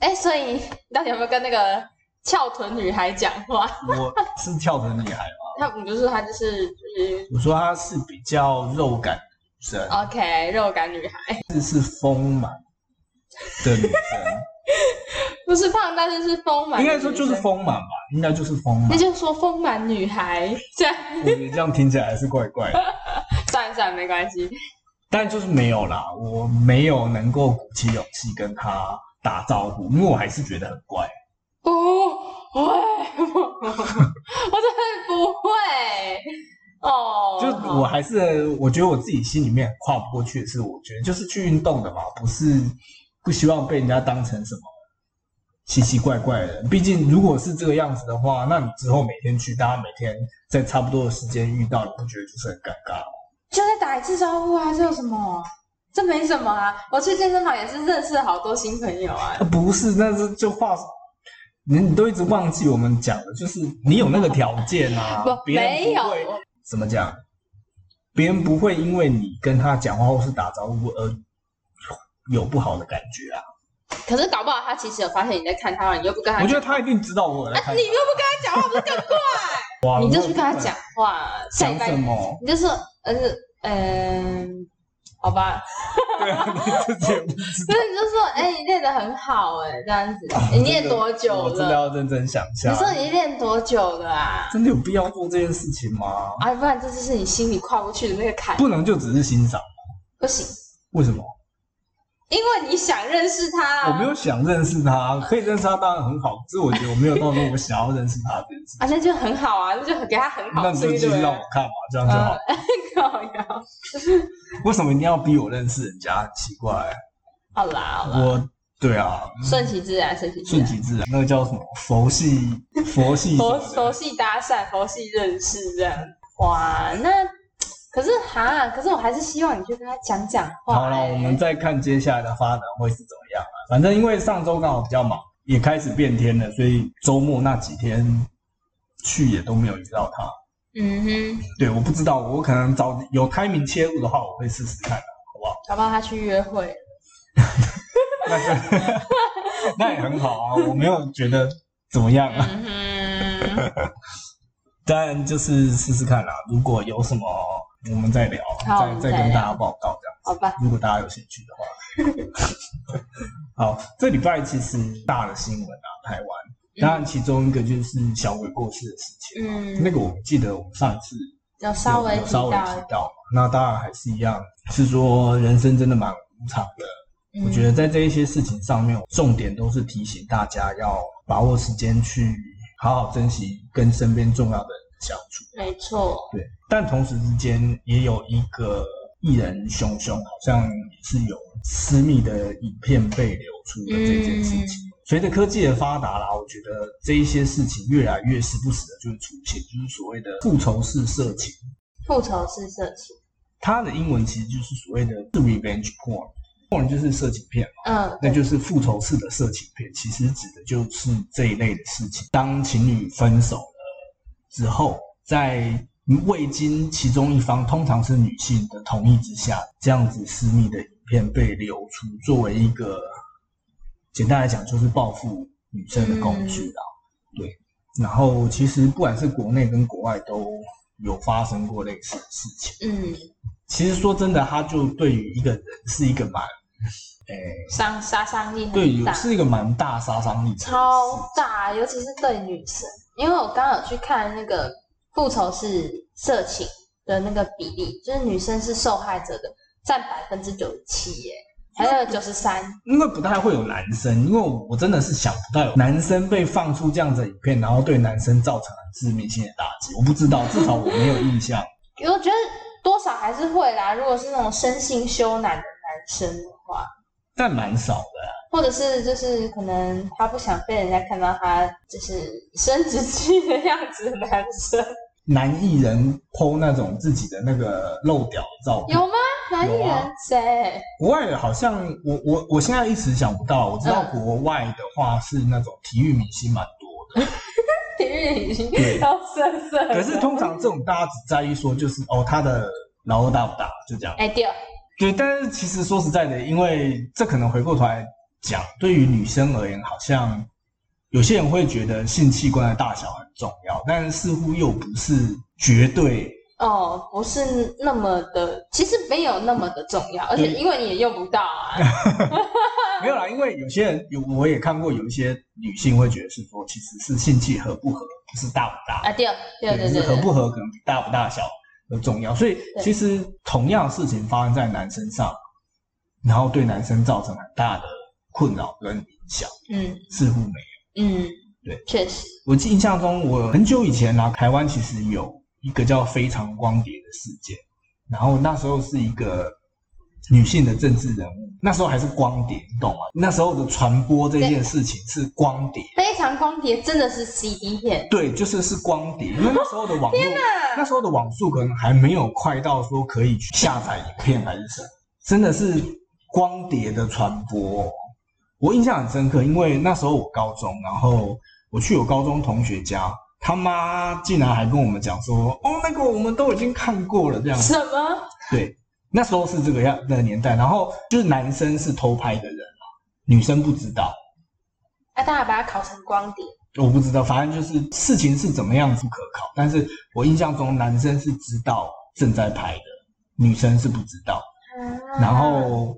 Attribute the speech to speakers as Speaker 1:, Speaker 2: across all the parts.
Speaker 1: 哎所以你到底有没有跟那个翘臀女孩讲话？
Speaker 2: 我是跳的女孩嘛，
Speaker 1: 她你就是她就是就是
Speaker 2: 我说她是比较肉感的女生，
Speaker 1: 哦 OK 肉感女孩，
Speaker 2: 是是丰满的女生，
Speaker 1: 不是胖但是是丰满，
Speaker 2: 应该说就是，丰满吧，应该就是丰
Speaker 1: 那
Speaker 2: 满。
Speaker 1: 就说丰满女孩，这样
Speaker 2: 我觉得这样听起来还是怪怪的，
Speaker 1: 算一算没关系。
Speaker 2: 但就是没有啦，我没有能够鼓起勇气跟她打招呼，因为我还是觉得很怪。
Speaker 1: 不会，我真的不会哦。
Speaker 2: 就我还是我觉得我自己心里面跨不过去的是，我觉得就是去运动的嘛，不是不希望被人家当成什么奇奇怪怪的人。毕竟如果是这个样子的话，那你之后每天去，大家每天在差不多的时间遇到，你不觉得就是很尴尬吗？
Speaker 1: 就再打一次招呼啊，这有什么？这没什么啊，我去健身房也是认识了好多新朋友啊。
Speaker 2: 啊不是，那是就话。你你都一直忘记我们讲的，就是你有那个条件啊
Speaker 1: 不，
Speaker 2: 别人
Speaker 1: 没有
Speaker 2: 不会怎么讲，别人不会因为你跟他讲话或是打招呼而有不好的感觉啊。
Speaker 1: 可是搞不好他其实有发现你在看他，你又不跟他
Speaker 2: 我
Speaker 1: 讲，哎
Speaker 2: 觉得他一定知道我有在看
Speaker 1: 你又不跟他讲话，不是更怪？
Speaker 2: 他。 哇
Speaker 1: 你就去跟他讲话，下
Speaker 2: 讲
Speaker 1: 礼拜
Speaker 2: 什么？
Speaker 1: 你就说，呃，嗯、好吧，
Speaker 2: 对啊，你自己也不知
Speaker 1: 所以你就说，哎、你练得很好、哎，这 样子，
Speaker 2: 道。
Speaker 1: 你练多久
Speaker 2: 我真的
Speaker 1: 了？
Speaker 2: 要认真想一下
Speaker 1: 你。说你练多久了啊？
Speaker 2: 真的有必要做这件事情吗？
Speaker 1: 啊，不然这就是你心里跨过去的那个坎，
Speaker 2: 不能就只是欣赏，
Speaker 1: 不行，
Speaker 2: 为什么？
Speaker 1: 因为你想认识他、啊，
Speaker 2: 我没有想认识他，可以认识他当然很好，只是我觉得我没有到说我想要认识他这件事。
Speaker 1: 啊，那就很好啊，那就给他很好
Speaker 2: 那你就
Speaker 1: 处，
Speaker 2: 继续
Speaker 1: 对不啊对
Speaker 2: 让我看嘛，这样就 好。
Speaker 1: 靠腰
Speaker 2: 为什么一定要逼我认识人家？很奇怪，
Speaker 1: 好啦好啦，
Speaker 2: 我对啊，
Speaker 1: 顺其自然，顺其自
Speaker 2: 顺
Speaker 1: 然。
Speaker 2: 其自然，那个叫什么佛系佛系什
Speaker 1: 佛
Speaker 2: 么的
Speaker 1: 佛系搭讪，佛系认识这样。哇，那可是哈，可是我还是希望你去跟他讲讲话、欸
Speaker 2: 好了，我们再看接下来的发展会是怎么样啊？反正因为上周刚好比较忙，也开始变天了，所以周末那几天去也都没有遇到他。
Speaker 1: 嗯哼，
Speaker 2: 对，我不知道，我可能找有 timing 切入的话，我会试试看的，啊好不好？
Speaker 1: 搞不好他去约 会。
Speaker 2: 那就 那也很好啊，我没有觉得怎么样啊，
Speaker 1: 嗯哼，
Speaker 2: 但就是试试看啦。如果有什么，我们再聊，
Speaker 1: 好
Speaker 2: 再
Speaker 1: 我们
Speaker 2: 再
Speaker 1: 再
Speaker 2: 跟
Speaker 1: 聊
Speaker 2: 大家报告这样。
Speaker 1: 好吧，
Speaker 2: 如果大家有兴趣的话。好，这礼拜其实大的新闻啊，台湾，当然其中一个就是小鬼过世的事情。
Speaker 1: 嗯，
Speaker 2: 那个我记得我们上一次
Speaker 1: 有
Speaker 2: 有
Speaker 1: 稍微
Speaker 2: 有
Speaker 1: 提
Speaker 2: 稍
Speaker 1: 到
Speaker 2: 微提到嘛，那当然还是一样，是说人生真的蛮无常的。
Speaker 1: 嗯
Speaker 2: 我觉得在这一些事情上面，重点都是提醒大家要把握时间去好好珍惜跟身边重要的人的相处。
Speaker 1: 没错。
Speaker 2: 对，但同时之间也有一个艺人熊熊，好像也是有私密的影片被流出
Speaker 1: 嗯
Speaker 2: 的这件事情。随着科技的发达啦，我觉得这一些事情越来越时不时的就会出现，就是所谓的复仇式色情。
Speaker 1: 复仇式色情，
Speaker 2: 它的英文其实就是所谓的 revenge porn。porn 就是色情片嘛，
Speaker 1: 嗯，
Speaker 2: 那就是复仇式的色情片，其实指的就是这一类的事情。当情侣分手了之后，在未经其中一方，通常是女性的同意之下，这样子私密的影片被流出，作为一个简单来讲就是报复女生的工具啦。对，然后其实不管是国内跟国外都有发生过类似的事情。
Speaker 1: 嗯，
Speaker 2: 其实说真的，他就对于一个人是一个蛮，诶、
Speaker 1: 伤杀伤力
Speaker 2: 对，
Speaker 1: 很
Speaker 2: 有
Speaker 1: 大，
Speaker 2: 是一个蛮大杀伤力的事。
Speaker 1: 超大，尤其是对女生，因为我刚刚有去看那个复仇式色情的那个比例，就是女生是受害者的占百分之九十七耶，还
Speaker 2: 嗯
Speaker 1: 有九十三，
Speaker 2: 因为不太会有男生，因为我真的是想不到有男生被放出这样子的影片，然后对男生造成很致命性的打击。我不知道，至少我没有 印象。
Speaker 1: 因为我觉得多少还是会啦，如果是那种身心羞赧的男生的话，
Speaker 2: 但蛮少的，
Speaker 1: 或者是就是可能他不想被人家看到他就是生殖器的样子的男生，
Speaker 2: 男艺人剖那种自己的那个露屌照片，
Speaker 1: 有吗？男艺
Speaker 2: 有啊
Speaker 1: 人谁？
Speaker 2: 国外的好像我我我现在一时想不到，我知道
Speaker 1: 嗯
Speaker 2: 国外的话是那种体育明星蛮多的，
Speaker 1: 体育已经
Speaker 2: 对
Speaker 1: 要色色的，
Speaker 2: 可是通常这种大家只在意说就是哦他的老二大不大，就这样。
Speaker 1: 哎对。
Speaker 2: 对，但是其实说实在的，因为这可能回过头来讲，对于女生而言，好像有些人会觉得性器官的大小很重要，但似乎又不是绝对。
Speaker 1: 哦，不是那么的，其实没有那么的重要，而且
Speaker 2: 嗯
Speaker 1: 因为你也用不到啊。
Speaker 2: 没有啦，因为有些人有我也看过，有一些女性会觉得是说，其实是性器合不合，不是大不大。
Speaker 1: 啊，对对对
Speaker 2: 是
Speaker 1: 对，
Speaker 2: 合不合可能比大不大小而重要。所以
Speaker 1: 对
Speaker 2: 其实同样的事情发生在男身上，然后对男生造成很大的困扰跟影响，
Speaker 1: 嗯
Speaker 2: 似乎没有。
Speaker 1: 嗯，
Speaker 2: 对，
Speaker 1: 确实，
Speaker 2: 我印象中，我很久以前啊，台湾其实有一个叫“非常光碟”的事件，然后那时候是一个女性的政治人物，那时候还是光碟，你懂吗？那时候的传播这件事情是光碟，
Speaker 1: 非常光碟真的是 CD 片，
Speaker 2: 对，就是是光碟，因为那时候的网络，那时候的网速可能还没有快到说可以去下载影片还是什么，真的是光碟的传播哦、我印象很深刻，因为那时候我高中，然后我去我高中同学家，他妈竟然还跟我们讲说，哦，那个我们都已经看过了这样子。
Speaker 1: 什么？啊
Speaker 2: 对，那时候是这个样的年代，然后就是男生是偷拍的人啊，女生不知道。
Speaker 1: 啊，大家把它烤成光碟，
Speaker 2: 我不知道，反正就是事情是怎么样不可考。但是我印象中，男生是知道正在拍的，女生是不知道。
Speaker 1: 嗯
Speaker 2: 然后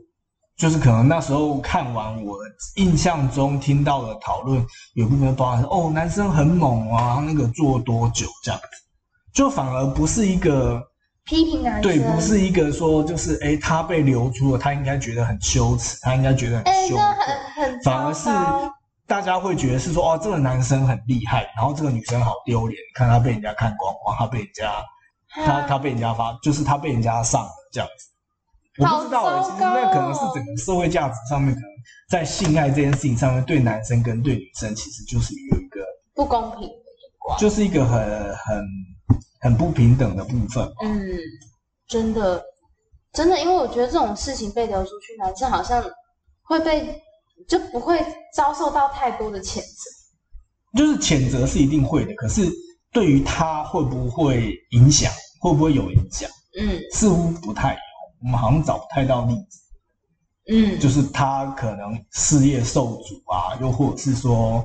Speaker 2: 就是可能那时候看完，我印象中听到的讨论，有部分包含哦，男生很猛啊，那个做多久这样子，就反而不是一个
Speaker 1: 批评男生，
Speaker 2: 对，不是一个说就是哎，他被流出了，他应该觉得很羞耻，他应该觉得很
Speaker 1: 哎，
Speaker 2: 羞
Speaker 1: 这
Speaker 2: 愧。
Speaker 1: 很很
Speaker 2: 反而是
Speaker 1: 糟糕
Speaker 2: 大家会觉得是说，哦，这个男生很厉害，然后这个女生好丢脸，看他被人家看光光，他被人家他
Speaker 1: 嗯
Speaker 2: 他被人家发，就是他被人家上了这样子。我不知道、
Speaker 1: 好糟糕哦
Speaker 2: 欸，其实那可能是整个社会价值上面，可能在性爱这件事情上面，对男生跟对女生其实就是有一个，
Speaker 1: 不公平的眼光，
Speaker 2: 就是一个很很很不平等的部分。
Speaker 1: 嗯，真的，真的，因为我觉得这种事情被流出去，男生好像会被就不会遭受到太多的谴责。
Speaker 2: 就是谴责是一定会的，可是对于他会不会影响，会不会有影响，
Speaker 1: 嗯
Speaker 2: 似乎不太有。我们好像找不太到例子。
Speaker 1: 嗯，
Speaker 2: 就是他可能事业受阻啊，又或者是说，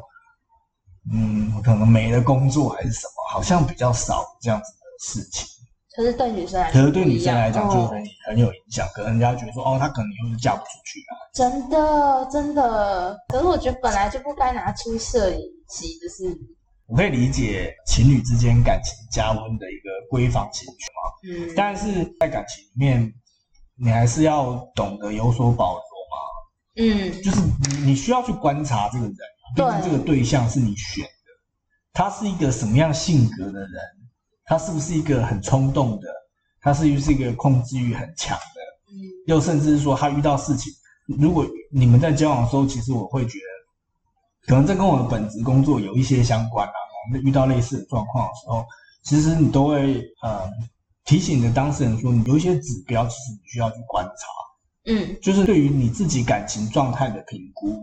Speaker 2: 嗯，可能没了工作还是什么，好像比较少这样子的事情。
Speaker 1: 可是对女生来
Speaker 2: 可
Speaker 1: 说不一样，
Speaker 2: 是对女生来讲就
Speaker 1: 哦
Speaker 2: 很、很有影响，可能人家觉得说，哦，她可能又是嫁不出去啊。
Speaker 1: 真的真的。可是我觉得本来就不该拿出摄影机，就是
Speaker 2: 我可以理解情侣之间感情加温的一个闺房情趣嘛，
Speaker 1: 嗯，
Speaker 2: 但是在感情里面，你还是要懂得有所保留嘛，
Speaker 1: 嗯
Speaker 2: 就是你你需要去观察这个人啊，毕
Speaker 1: 对
Speaker 2: 竟这个对象是你选的，他是一个什么样性格的人，他是不是一个很冲动的，他是不是一个控制欲很强的，
Speaker 1: 嗯
Speaker 2: 又甚至是说他遇到事情，如果你们在交往的时候，其实我会觉得，可能这跟我的本职工作有一些相关啊，我们遇到类似的状况的时候，其实你都会呃提醒你的当事人说，你有一些指标，其实你需要去观察。
Speaker 1: 嗯
Speaker 2: 就是对于你自己感情状态的评估，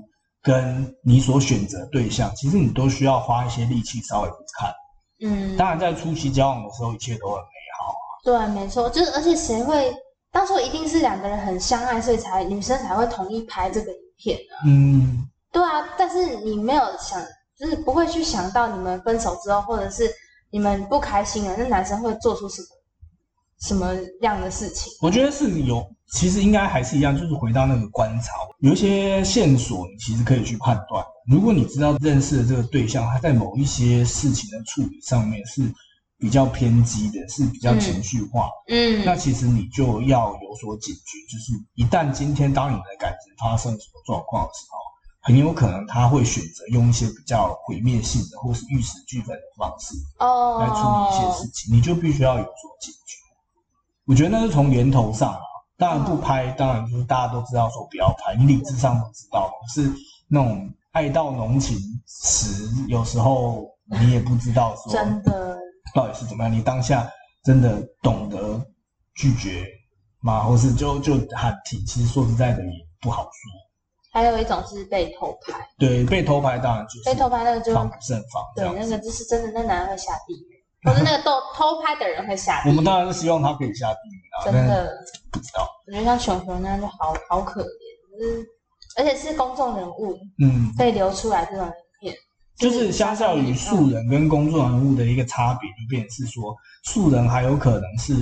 Speaker 2: 跟你所选择对象，其实你都需要花一些力气稍微去看。
Speaker 1: 嗯，
Speaker 2: 当然，在初期交往的时候，一切都很美好。
Speaker 1: 对，啊没错，就是而且谁会？当初一定是两个人很相爱，所以才女生才会同意拍这个影片。
Speaker 2: 嗯，
Speaker 1: 对啊，但是你没有想，就是不会去想到你们分手之后，或者是你们不开心了，那男生会做出什么什么样的事情？
Speaker 2: 我觉得是有，其实应该还是一样，就是回到那个观察，有一些线索，你其实可以去判断。如果你知道认识的这个对象，他在某一些事情的处理上面是比较偏激的，是比较
Speaker 1: 嗯
Speaker 2: 情绪化的那
Speaker 1: 嗯
Speaker 2: 其实你就要有所警觉，就是一旦今天当你的感情发生什么状况的时候，很有可能他会选择用一些比较毁灭性的或是玉石俱焚的方式来处理一些
Speaker 1: 哦
Speaker 2: 事，情，你就必须要有所警觉。我觉得那是从源头上啊，当然不拍，当然就是大家都知道说不要拍，你理智上都知道，可是那种爱到浓情时，有时候你也不知道说
Speaker 1: 真的，
Speaker 2: 到底是怎么样？你当下真的懂得拒绝吗？或是就就喊停？其实说实在的也不好说。
Speaker 1: 还有一种是被偷拍，
Speaker 2: 对，被偷拍当然就是
Speaker 1: 被偷拍那个就
Speaker 2: 防不胜防这
Speaker 1: 对，
Speaker 2: 样
Speaker 1: 那个
Speaker 2: 子。
Speaker 1: 就是真的，那男人会下地狱，或者那个偷偷拍的人会下地
Speaker 2: 我
Speaker 1: 狱
Speaker 2: 们，当然是希望他可以下地狱啦，啊
Speaker 1: 真
Speaker 2: 但
Speaker 1: 的。
Speaker 2: 不知道。
Speaker 1: 我觉得像熊熊那样就好好可怜，就是而且是公众人物
Speaker 2: 嗯，
Speaker 1: 被流出来这种影片，
Speaker 2: 就是相较于素人跟公众人物的一个差别，就变成是说，素人还有可能是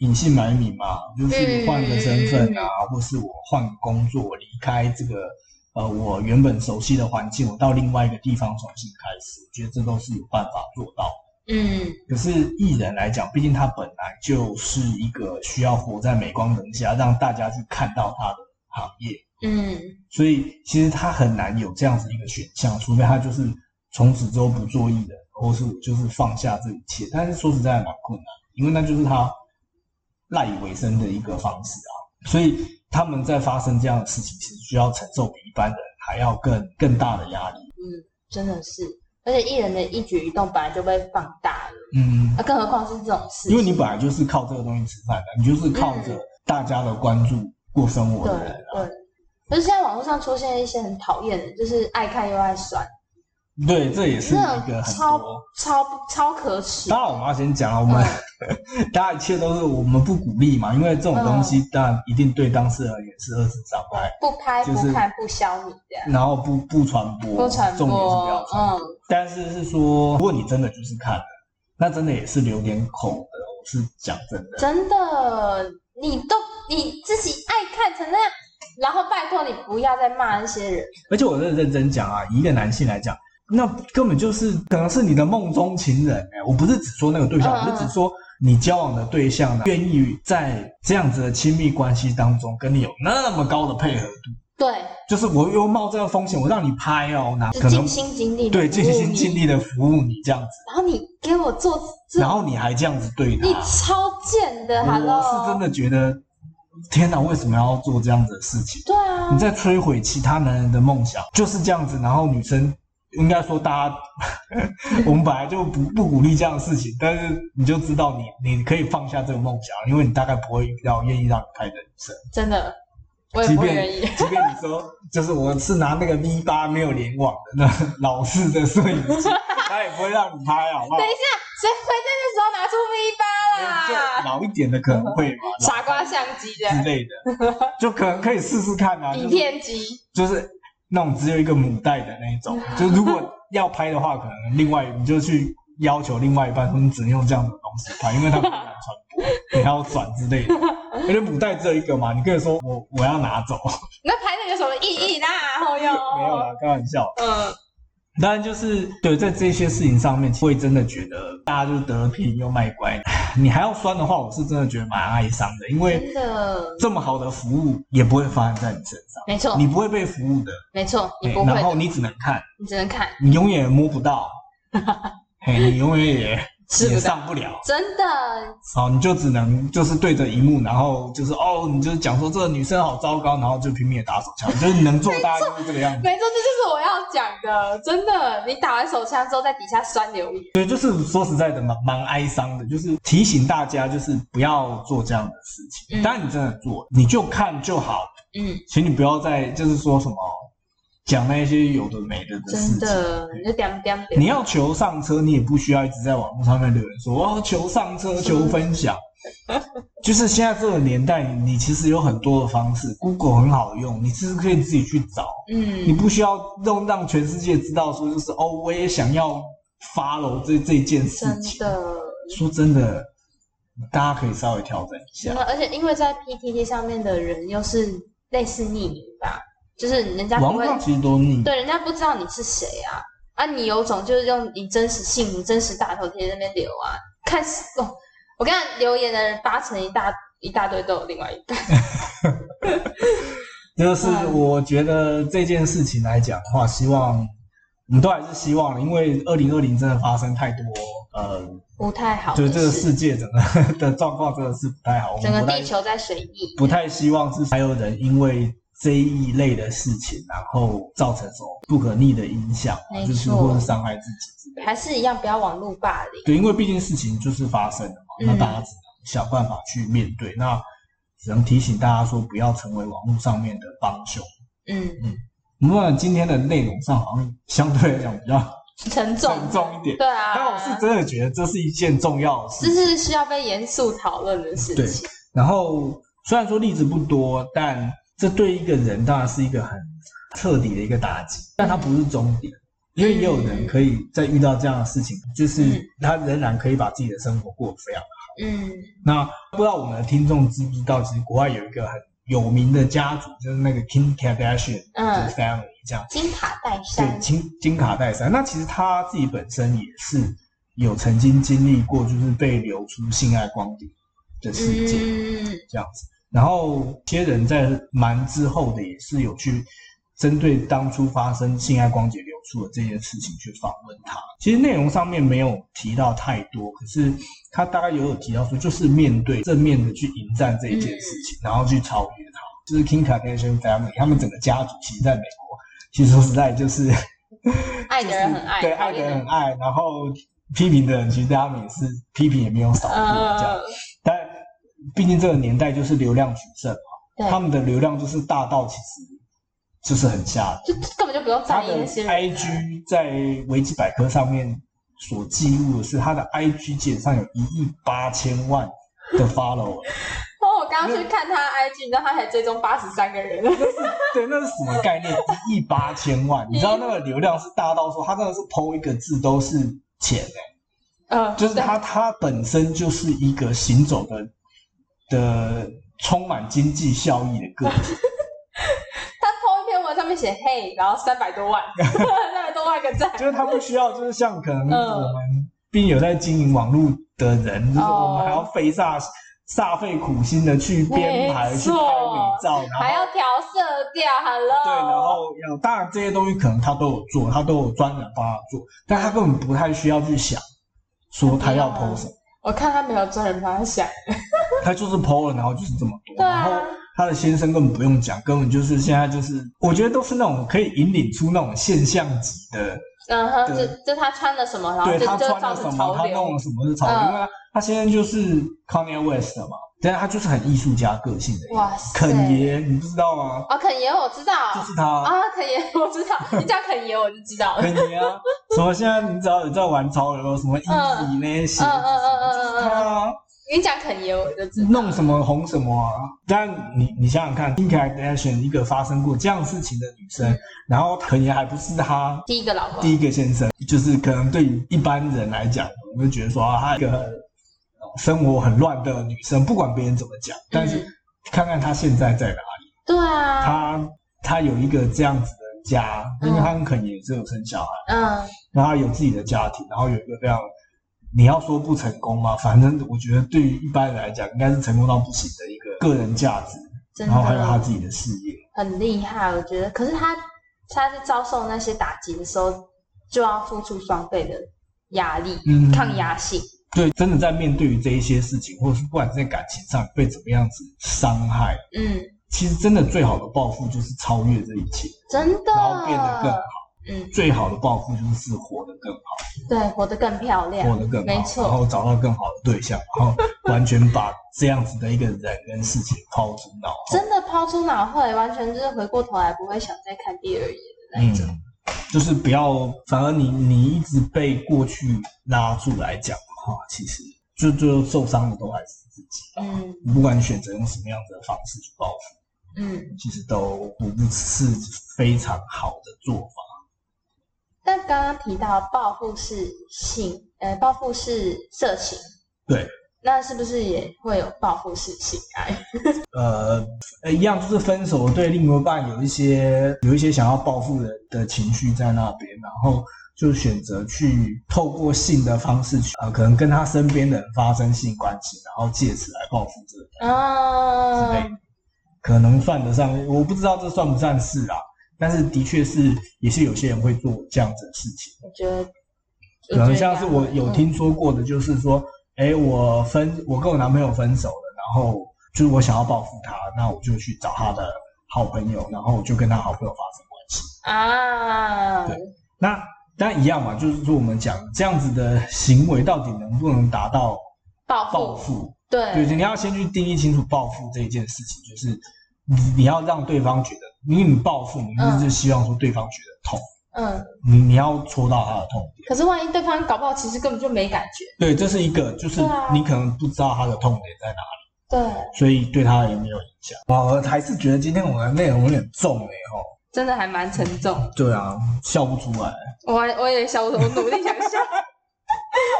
Speaker 2: 隐姓埋名嘛，就是换个身份啊，或是我换个工作，我离开这个呃我原本熟悉的环境，我到另外一个地方重新开始，我觉得这都是有办法做到的。
Speaker 1: 嗯
Speaker 2: 可是艺人来讲，毕竟他本来就是一个需要活在镁光灯下，让大家去看到他的行业，
Speaker 1: 嗯
Speaker 2: 所以其实他很难有这样子一个选项，除非他就是从此之后不做艺人，或是我就是放下这一切。但是说实在蛮困难，因为那就是他赖以为生的一个方式啊。所以他们在发生这样的事情，其实需要承受比一般人还要更更大的压力。
Speaker 1: 真的是，而且艺人的一举一动本来就被放大了，
Speaker 2: 嗯，
Speaker 1: 啊，更何况是这种事情，
Speaker 2: 因为你本来就是靠这个东西吃饭的，你就是靠着
Speaker 1: 嗯
Speaker 2: 大家的关注过生活
Speaker 1: 对
Speaker 2: 的人啊。
Speaker 1: 对，可是现在网络上出现一些很讨厌的，就是爱看又爱酸，
Speaker 2: 对，这也是
Speaker 1: 那
Speaker 2: 一个很
Speaker 1: 超
Speaker 2: 多。
Speaker 1: 超超可耻。
Speaker 2: 当然，我们要先讲啊，我们、
Speaker 1: 嗯
Speaker 2: 大家一切都是我们不鼓励嘛，因为这种东西当然一定对当事人也是二次伤害，
Speaker 1: 不拍、
Speaker 2: 就是
Speaker 1: 不看、不消你这样，
Speaker 2: 然后不不传播，
Speaker 1: 不传
Speaker 2: 重点是不
Speaker 1: 播
Speaker 2: 要，传。
Speaker 1: 嗯，
Speaker 2: 但是是说，如果你真的就是看了，那真的也是留点口的，我是讲真的。
Speaker 1: 真的，你都你自己爱看成那样，然后拜托你不要再骂那些人，
Speaker 2: 而且我认认真讲啊，以一个男性来讲，那根本就是可能是你的梦中情人哎、我不是只说那个对象，
Speaker 1: 嗯嗯
Speaker 2: 我是指说你交往的对象呢，愿意在这样子的亲密关系当中跟你有那么高的配合度，
Speaker 1: 对，
Speaker 2: 就是我又冒这个风险，我让你拍哦，那
Speaker 1: 就
Speaker 2: 可能
Speaker 1: 尽心尽力，
Speaker 2: 对尽心尽
Speaker 1: 力，
Speaker 2: 力的服务你这样子，
Speaker 1: 然后你给我做这
Speaker 2: 然，后你还这样子对他
Speaker 1: 你，超贱的，Hello，
Speaker 2: 我是真，的觉得，天哪，为什么要做这样子的事情？
Speaker 1: 对啊
Speaker 2: 你，在摧毁其他男人的梦想，就是这样子。然后女生应该说，大家我们本来就不不鼓励这样的事情，但是你就知道你你可以放下这个梦想，因为你大概不会遇到愿意让你拍的女生，
Speaker 1: 真的，我也
Speaker 2: 即
Speaker 1: 不
Speaker 2: 便
Speaker 1: 愿意。
Speaker 2: 即便你说就是我是拿那个 V 八没有联网的那老式的摄影机，他也不会让你拍，好不 好
Speaker 1: 等一？下，谁会在那时候拿出 V
Speaker 2: 就
Speaker 1: 八啦？
Speaker 2: 老一点的可能会嘛，老
Speaker 1: 傻瓜相机
Speaker 2: 之
Speaker 1: 的
Speaker 2: 类的，就可能可以试试看啊，就
Speaker 1: 影
Speaker 2: 是
Speaker 1: 片机，
Speaker 2: 就是那种只有一个母带的那一 种。就是如果要拍的话，可能另外你就去要求另外一半说你只能用这样的东西拍，因为它很难传 播，你还要转之类的。而且母带只有一个嘛，你可以说我我要拿走，
Speaker 1: 那拍那有什么意义啦？后又
Speaker 2: 没有啦，开玩笑。
Speaker 1: 嗯，
Speaker 2: 当然就是对，在这些事情上面，会真的觉得大家就得了便宜又卖乖。 你还要酸的话，我是真的觉得蛮哀伤的，因为
Speaker 1: 真的，
Speaker 2: 这么好的服务也不会发生在你身上，
Speaker 1: 没错
Speaker 2: 你，不会被服务的，
Speaker 1: 没错，你
Speaker 2: 哎
Speaker 1: 哦不会
Speaker 2: 然后
Speaker 1: 的，
Speaker 2: 你只能看。
Speaker 1: 你只能看，
Speaker 2: 你永远摸不 到，嘿，你永远也
Speaker 1: 吃不
Speaker 2: 也
Speaker 1: 到
Speaker 2: 上不了。
Speaker 1: 真的，
Speaker 2: 好，你就只能就是对着荧幕，然后就是哦，你就是讲说这个女生好糟糕，然后就拼命的打手枪，就是你能做大家就是这个样子。
Speaker 1: 没错，这就是我要讲的，真的，你打完手枪之后，在底下酸留言，
Speaker 2: 对，就是说实在的，蛮蛮哀伤的，就是提醒大家，就是不要做这样的事情。
Speaker 1: 嗯
Speaker 2: 当然，你真的做，你就看就好，
Speaker 1: 嗯，
Speaker 2: 请你不要再就是说什么讲那些有的没的的
Speaker 1: 真
Speaker 2: 事情。
Speaker 1: 的，你就点点
Speaker 2: 你
Speaker 1: 点，
Speaker 2: 要求上车，你也不需要一直在网络上面留言说哦求上车、求分 享。就是现在这个年代，你其实有很多的方式，Google 很好用，你其实可以自己去找，你
Speaker 1: 嗯，
Speaker 2: 不需要让让全世界知道说就是哦，我也想要 follow 这这件事
Speaker 1: 真
Speaker 2: 情。
Speaker 1: 的。
Speaker 2: 说真的，大家可以稍微调整一
Speaker 1: 真
Speaker 2: 下
Speaker 1: 的，。而且因为在 PTT 上面的人又是类似匿名吧，就是人家
Speaker 2: 网
Speaker 1: 不
Speaker 2: 络
Speaker 1: 会
Speaker 2: 上其实都腻，
Speaker 1: 对，人家不知道你是谁啊！啊，你有种就是用你真实姓名、真实大头贴在那边留啊，看死哦！我跟你讲留言的人八成一大一大堆都有另外一半，
Speaker 2: 就是我觉得这件事情来讲的话，希望我们都还是希望的，因为二零二零真的发生太多，呃，
Speaker 1: 不太好
Speaker 2: 就
Speaker 1: 的事。
Speaker 2: 是这个世界整个的状况真的是不太好，我
Speaker 1: 整
Speaker 2: 们
Speaker 1: 个
Speaker 2: 不
Speaker 1: 地
Speaker 2: 太
Speaker 1: 球在水逆，
Speaker 2: 不太希望是还有人因为这一类的事情，然后造成什么不可逆的影响啊，
Speaker 1: 没
Speaker 2: 就是
Speaker 1: 错
Speaker 2: 或者伤害自己之类的。
Speaker 1: 还是一样不要网络霸凌。
Speaker 2: 对，因为毕竟事情就是发生了嘛，
Speaker 1: 嗯
Speaker 2: 那大家只能想办法去面对。那只能提醒大家说，不要成为网络上面的帮凶。
Speaker 1: 嗯，
Speaker 2: 那今天的内容上好像相对来讲比较
Speaker 1: 沉重，
Speaker 2: 沉重一点，
Speaker 1: 对啊。
Speaker 2: 但我是真的觉得这是一件重要的事
Speaker 1: 这
Speaker 2: 情。
Speaker 1: 是需要被严肃讨论的事情。
Speaker 2: 然后虽然说例子不多，但这对一个人当然是一个很彻底的一个打击，但它不是终点，因为也有人可以在遇到这样的事情，就是
Speaker 1: 嗯
Speaker 2: 他仍然可以把自己的生活过得非常好。
Speaker 1: 嗯
Speaker 2: 那不知道我们的听众知不知道，其实国外有一个很有名的家族，就是那个 Kim Kardashian
Speaker 1: 嗯
Speaker 2: 的 family 这样。
Speaker 1: 金卡戴珊
Speaker 2: 对，，金金卡戴珊。那其实他自己本身也是有曾经经历过，就是被流出性爱光碟的事件、
Speaker 1: 嗯
Speaker 2: 这样子。然后，些人在蛮之后的也是有去针对当初发生性爱光碟流出的这件事情去访问他。其实内容上面没有提到太多，可是他大概也有提到说，就是面对正面的去迎战这一件事情，
Speaker 1: 嗯
Speaker 2: 然后去超越它。就是 Kim Kardashian family 他们整个家族，其实在美国，其实说实在就是。
Speaker 1: 爱的人很爱，
Speaker 2: 对，
Speaker 1: 讨
Speaker 2: 爱的
Speaker 1: 厌
Speaker 2: 人很爱，然后批评的人，其实他们也是批评也没有少过这样。
Speaker 1: 呃，
Speaker 2: 但毕竟这个年代就是流量取胜嘛，
Speaker 1: 对，
Speaker 2: 他们的流量就是大到其实就是很吓人。
Speaker 1: 就根本就不用
Speaker 2: 他
Speaker 1: 在意
Speaker 2: 的
Speaker 1: 那些人。
Speaker 2: IG 在维基百科上面所记录的是，他的 IG 基本上有一亿八千万的 follower。
Speaker 1: 哦，我刚刚去看他 IG，你知道他还追踪八十三个 人，
Speaker 2: 对，那是什么概念？一亿八千万，你知道那个流量是大到说，他真的是剖一个字都是钱欸
Speaker 1: 嗯，
Speaker 2: 就是
Speaker 1: 对
Speaker 2: 它，它本身就是一个行走的的充满经济效益的个体，
Speaker 1: 他 po 一篇文上面写嘿，然后三百多 万，三百多万个赞，
Speaker 2: 就是它不需要，就是像可能
Speaker 1: 嗯
Speaker 2: 我们并有在经营网络的人，就是
Speaker 1: 哦
Speaker 2: 我们还要费煞煞费苦心的去编排、
Speaker 1: 没
Speaker 2: 去
Speaker 1: 错
Speaker 2: 拍美照，
Speaker 1: 还
Speaker 2: 然后
Speaker 1: 要。调色调，Hello，
Speaker 2: 对，然后要当然这些东西可能他都有做，他都有专人帮他做，但他根本不太需要去想说他要 PO 什么，
Speaker 1: 我看他没有真人帮他想，
Speaker 2: 他就是 PO 了，然后就是这么多，
Speaker 1: 啊对
Speaker 2: 然后
Speaker 1: 啊，
Speaker 2: 他的先生根本不用讲，根本就是现在就是，我觉得都是那种可以引领出那种现象级的，
Speaker 1: 嗯哼，
Speaker 2: 对
Speaker 1: 就就他穿了什么，然后
Speaker 2: 对
Speaker 1: 就
Speaker 2: 他
Speaker 1: 就
Speaker 2: 穿
Speaker 1: 造
Speaker 2: 了什
Speaker 1: 成
Speaker 2: 么，
Speaker 1: 潮
Speaker 2: 他弄
Speaker 1: 流
Speaker 2: 了，什么是潮流，
Speaker 1: 嗯
Speaker 2: 因为他他先生就是 Kanye West 嘛，但他就是很艺术家个性的人，
Speaker 1: 哇塞，
Speaker 2: 肯爷你不知道吗？
Speaker 1: 哦，肯爷我知道，
Speaker 2: 就是他，
Speaker 1: 啊，肯爷我 知道，你讲肯爷我就知道了，
Speaker 2: 肯爷啊，什么现在你只要有在玩潮流，什么 Easy 那些
Speaker 1: 嗯
Speaker 2: 鞋子，
Speaker 1: 嗯嗯嗯
Speaker 2: 就是
Speaker 1: 嗯
Speaker 2: 他
Speaker 1: 嗯，
Speaker 2: 啊。
Speaker 1: 你讲肯爷我就知道，
Speaker 2: 弄什么红什么啊！但你你想想看，Kim Kardashian 一个发生过这样事情的女生，然后肯爷还不是她
Speaker 1: 第一个老公，
Speaker 2: 第一个先生，就是可能对于一般人来讲，我们会觉得说啊，她一个生活很乱的女生，不管别人怎么讲，但是
Speaker 1: 嗯
Speaker 2: 看看她现在在哪里，
Speaker 1: 对啊，
Speaker 2: 她她有一个这样子的家，
Speaker 1: 嗯
Speaker 2: 因为她跟肯爷也是有生小孩，
Speaker 1: 嗯，
Speaker 2: 然后她有自己的家庭，然后有一个非常。你要说不成功吗？反正我觉得对于一般人来讲，应该是成功到不行的一个个人价值，
Speaker 1: 真
Speaker 2: 然后还有她
Speaker 1: 的
Speaker 2: 自己的事业。
Speaker 1: 很厉害，我觉得。可是他他在遭受那些打击的时候，就要付出双倍的压力，
Speaker 2: 嗯
Speaker 1: 抗压性。
Speaker 2: 对，真的在面对于这一些事情，或者是不管是在感情上被怎么样子伤害，
Speaker 1: 嗯，
Speaker 2: 其实真的最好的报复就是超越这一切，
Speaker 1: 真的。
Speaker 2: 然后变得更好。
Speaker 1: 嗯，
Speaker 2: 最好的报复就是活得更好，
Speaker 1: 对，活得更漂亮，
Speaker 2: 活得更好，
Speaker 1: 没
Speaker 2: 然
Speaker 1: 错。
Speaker 2: 后找到更好的对象，然后完全把这样子的一个人跟事情抛出脑后。
Speaker 1: 真的抛出脑后，完全就是回过头来不会想再看第二眼的那一种。
Speaker 2: 嗯，就是不要，反而你你一直被过去拉住来讲的话，其实就就受伤的都还是自己。
Speaker 1: 嗯
Speaker 2: 不管你选择用什么样子的方式去报复。
Speaker 1: 嗯，
Speaker 2: 其实都不是非常好的做法。
Speaker 1: 但刚刚提到报复式性，呃，报复式色情，
Speaker 2: 对，
Speaker 1: 那是不是也会有报复式性爱？
Speaker 2: 呃，呃一样就是分手对另一半有一些有一些想要报复的的情绪在那边，然后就选择去透过性的方式去，呃，可能跟他身边的人发生性关系，然后借此来报复这个人之类
Speaker 1: 啊
Speaker 2: 的，，可能算得上，我不知道这算不算是啊，但是的确是也是有些人会做这样子的事情。
Speaker 1: 我觉得，
Speaker 2: 可能像是我有听说过的，就是说，哎、我分我跟我男朋友分手了，然后就是我想要报复他，那我就去找他的好朋友，然后我就跟他好朋友发生关系。
Speaker 1: 啊，
Speaker 2: 对那但一样嘛，就是说我们讲这样子的行为到底能不能达到
Speaker 1: 报
Speaker 2: 报
Speaker 1: 复，
Speaker 2: 复？对，
Speaker 1: 对，
Speaker 2: 你要先去定义清楚报复这一件事情，就是你你要让对方觉得，因为你报复，你就是希望说对方觉得痛，
Speaker 1: 嗯。
Speaker 2: 你你要戳到他的痛点。
Speaker 1: 可是万一对方搞不好，其实根本就没感觉，
Speaker 2: 对，这是一个，就是
Speaker 1: 对啊
Speaker 2: 你可能不知道他的痛点在哪里。
Speaker 1: 对，
Speaker 2: 所以对他也没有影响。哇，我还是觉得今天我们的内容有点重哎、欸、
Speaker 1: 真的还蛮沉重。
Speaker 2: 哦。对啊，笑不出来，
Speaker 1: 我还我也想，我我努力想 笑，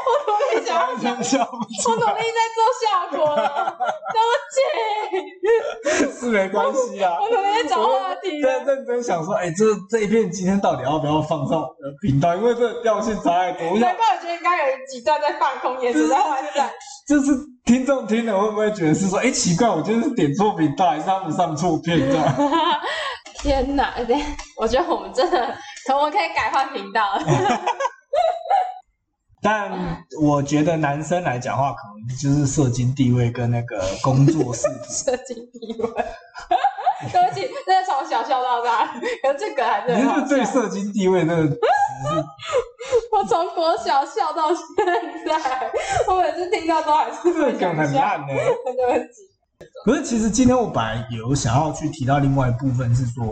Speaker 1: 我努力想笑，
Speaker 2: 笑不
Speaker 1: 我
Speaker 2: 出
Speaker 1: 努力在做效果 了，对不起，
Speaker 2: 来是没关系啊。
Speaker 1: 我努力在找话题啊
Speaker 2: 在
Speaker 1: 了。
Speaker 2: 认真想说，哎、这这一片今天到底要不要放上我的频道？因为这个调性差太多，我想
Speaker 1: 难怪我觉得刚刚有几段在放空，也是在玩闪。
Speaker 2: 就是听众听了会不会觉得是说，哎、奇怪，我今天是点错频道，还是他们上错片 这样？
Speaker 1: 天哪！哎等一下 我觉得我们真的，可我们可以改换频道了。
Speaker 2: 但我觉得男生来讲话，可能就是社经地位跟那个工作是
Speaker 1: 社经地位。 对不起，真的从小笑到大，可是这个还是
Speaker 2: 你
Speaker 1: 很好
Speaker 2: 是对
Speaker 1: 笑。
Speaker 2: 社经地位那个词是
Speaker 1: 我从国小笑到现在，我每次听到都还是
Speaker 2: 这个
Speaker 1: 会
Speaker 2: 梗
Speaker 1: 想
Speaker 2: 很
Speaker 1: 笑。
Speaker 2: 烂欸呢、
Speaker 1: 对不起，
Speaker 2: 可是其实今天我本来有想要去提到另外一部分，是说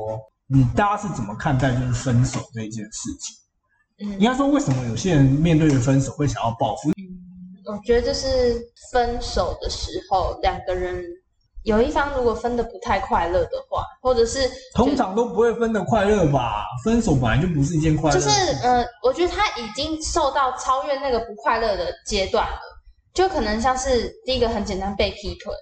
Speaker 2: 你大家是怎么看待就是分手这件事情？
Speaker 1: 嗯
Speaker 2: 应该说为什么有些人面对着分手会想要报复？
Speaker 1: 我觉得就是分手的时候，两个人有一方如果分的不太快乐的话，或者是
Speaker 2: 通常都不会分的快乐吧？分手本来就不是一件快乐
Speaker 1: 就
Speaker 2: 的
Speaker 1: 是
Speaker 2: 事情，
Speaker 1: 呃，我觉得他已经受到超越那个不快乐的阶段了，就可能像是第一个很简单被劈腿，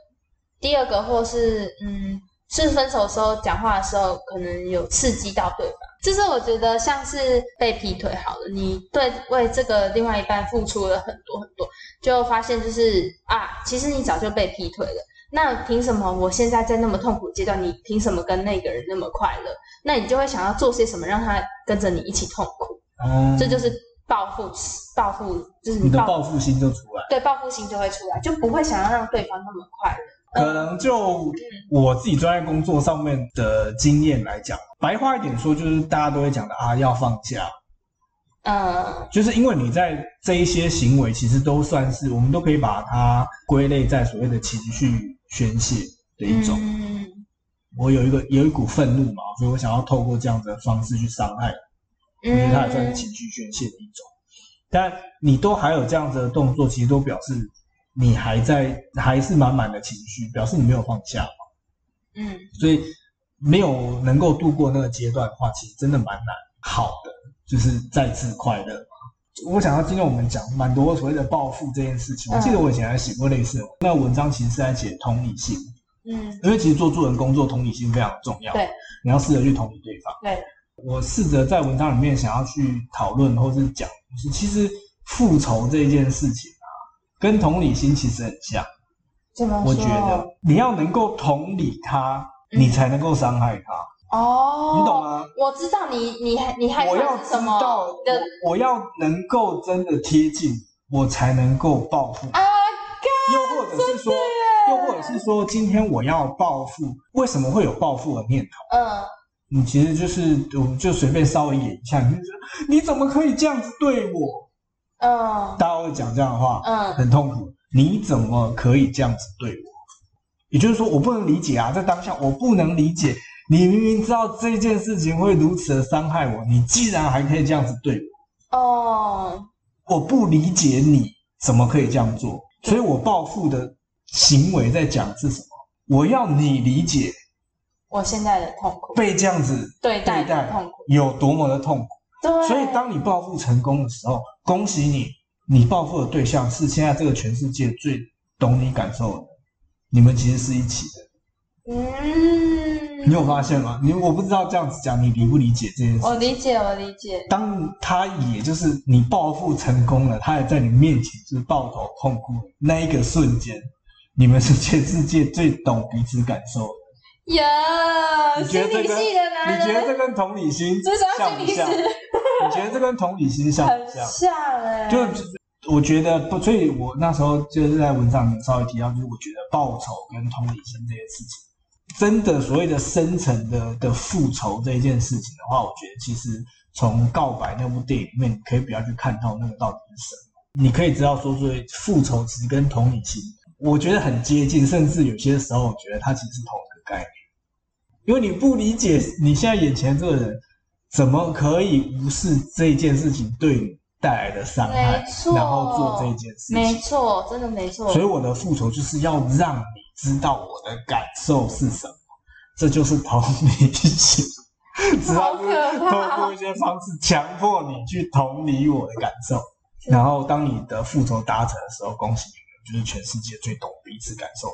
Speaker 1: 第二个或是嗯，是分手的时候讲话的时候可能有刺激到对方，就是我觉得像是被劈腿好了，你对为这个另外一半付出了很多很多，就发现就是啊，其实你早就被劈腿了。那凭什么我现在在那么痛苦的阶段，你凭什么跟那个人那么快乐？那你就会想要做些什么，让他跟着你一起痛苦，
Speaker 2: 哦
Speaker 1: 这就是报复，报复就是
Speaker 2: 你的
Speaker 1: 报
Speaker 2: 报复心就出来。
Speaker 1: 对报复心就会出来，就不会想要让对方那么快乐。
Speaker 2: 可
Speaker 1: 嗯
Speaker 2: 能就我自己专业工作上面的经验来讲，白话一点说，就是大家都会讲的啊，要放假，
Speaker 1: 嗯，
Speaker 2: 就是因为你在这一些行为，其实都算是我们都可以把它归类在所谓的情绪宣泄的一种。
Speaker 1: 嗯
Speaker 2: 我有一个有一股愤怒嘛，所以我想要透过这样子的方式去伤害
Speaker 1: 嗯
Speaker 2: 我觉得它也算是情绪宣泄的一种。但你都还有这样子的动作，其实都表示你还在，还是满满的情绪，表示你没有放下，
Speaker 1: 嗯
Speaker 2: 所以没有能够度过那个阶段的话，其实真的蛮难。好的，就是再次快乐嘛。我想要今天我们讲蛮多所谓的报复这件事情，我记
Speaker 1: 嗯
Speaker 2: 得我以前还写过类似的那文章，其实是在写同理心，
Speaker 1: 嗯，
Speaker 2: 因为其实做助人工作，同理心非常重要。
Speaker 1: 对，
Speaker 2: 你要试着去同理对方。
Speaker 1: 对，
Speaker 2: 我试着在文章里面想要去讨论或是讲，就是其实复仇这件事情啊，跟同理心其实很像。
Speaker 1: 怎么说
Speaker 2: 我觉得你要能够同理他，
Speaker 1: 嗯
Speaker 2: 你才能够伤害他，
Speaker 1: 哦，
Speaker 2: 你懂？吗？
Speaker 1: 我知道你你你害
Speaker 2: 我要
Speaker 1: 怕是
Speaker 2: 知
Speaker 1: 什么
Speaker 2: 道，
Speaker 1: 你的
Speaker 2: 我我要能够真的贴近，我才能够报复。
Speaker 1: 啊，
Speaker 2: 又或者是说，又或者是说，今天我要报复，为什么会有报复的念头？
Speaker 1: 嗯
Speaker 2: 你其实就是，我们就随便稍微演一下，你就觉得你怎么可以这样子对我？
Speaker 1: 嗯
Speaker 2: 大家会讲这样的话，
Speaker 1: 嗯
Speaker 2: 很痛苦。你怎么可以这样子对我？也就是说，我不能理解啊，在当下我不能理解，你明明知道这件事情会如此的伤害我，你既然还可以这样子对
Speaker 1: 哦，
Speaker 2: 我，我不理解你怎么可以这样做。所以我报复的行为在讲是什么？我要你理解
Speaker 1: 我现在的痛苦，
Speaker 2: 被这样子
Speaker 1: 对待
Speaker 2: 对
Speaker 1: 的
Speaker 2: 待
Speaker 1: 痛苦，
Speaker 2: 有多么的痛苦。
Speaker 1: 对，
Speaker 2: 所以，当你报复成功的时候，恭喜你，你报复的对象是现在这个全世界最懂你感受的人，你们其实是一起的。
Speaker 1: 嗯
Speaker 2: 你，有发现吗？你我不知道这样子讲，你理不理解这件 事？
Speaker 1: 我理解，我理解。
Speaker 2: 当他也就是你报复成功了，他也在你面前就是抱头痛哭的那一个瞬间，你们是全世界最懂彼此感受的。
Speaker 1: 耶、
Speaker 2: 你觉
Speaker 1: 心
Speaker 2: 得这
Speaker 1: 理
Speaker 2: 个
Speaker 1: 系的男
Speaker 2: 你觉得
Speaker 1: 人，
Speaker 2: 这跟同理心
Speaker 1: 至少
Speaker 2: 像
Speaker 1: 心
Speaker 2: 不
Speaker 1: 理师
Speaker 2: 像？你觉得这跟同理心像
Speaker 1: 很
Speaker 2: 不像？
Speaker 1: 像哎、
Speaker 2: 就是我觉得不，所以我那时候就是在文章里面稍微提到，就是我觉得报仇跟同理心这件事情，真的所谓的深层的的复仇这一件事情的话，我觉得其实从《告白》那部电影里面，你可以不要去看到那个到底是什么，你可以知道说，所谓复仇其实跟同理心，我觉得很接近，甚至有些时候我觉得它其实是同一个概念，因为你不理解你现在眼前这个人。怎么可以无视这件事情对你带来的伤害
Speaker 1: 没？错
Speaker 2: 然后做这件事
Speaker 1: 没
Speaker 2: 情。
Speaker 1: 错，真的没错
Speaker 2: 所以。我的复仇就是要让你知道我的感受是什么，这就是同理心。只
Speaker 1: 好
Speaker 2: 要是
Speaker 1: 可
Speaker 2: 透
Speaker 1: 怕
Speaker 2: 过！一些方式强迫你去同理我的感受，然后当你的复仇达成的时候，恭喜你们，就是全世界最懂彼此感受的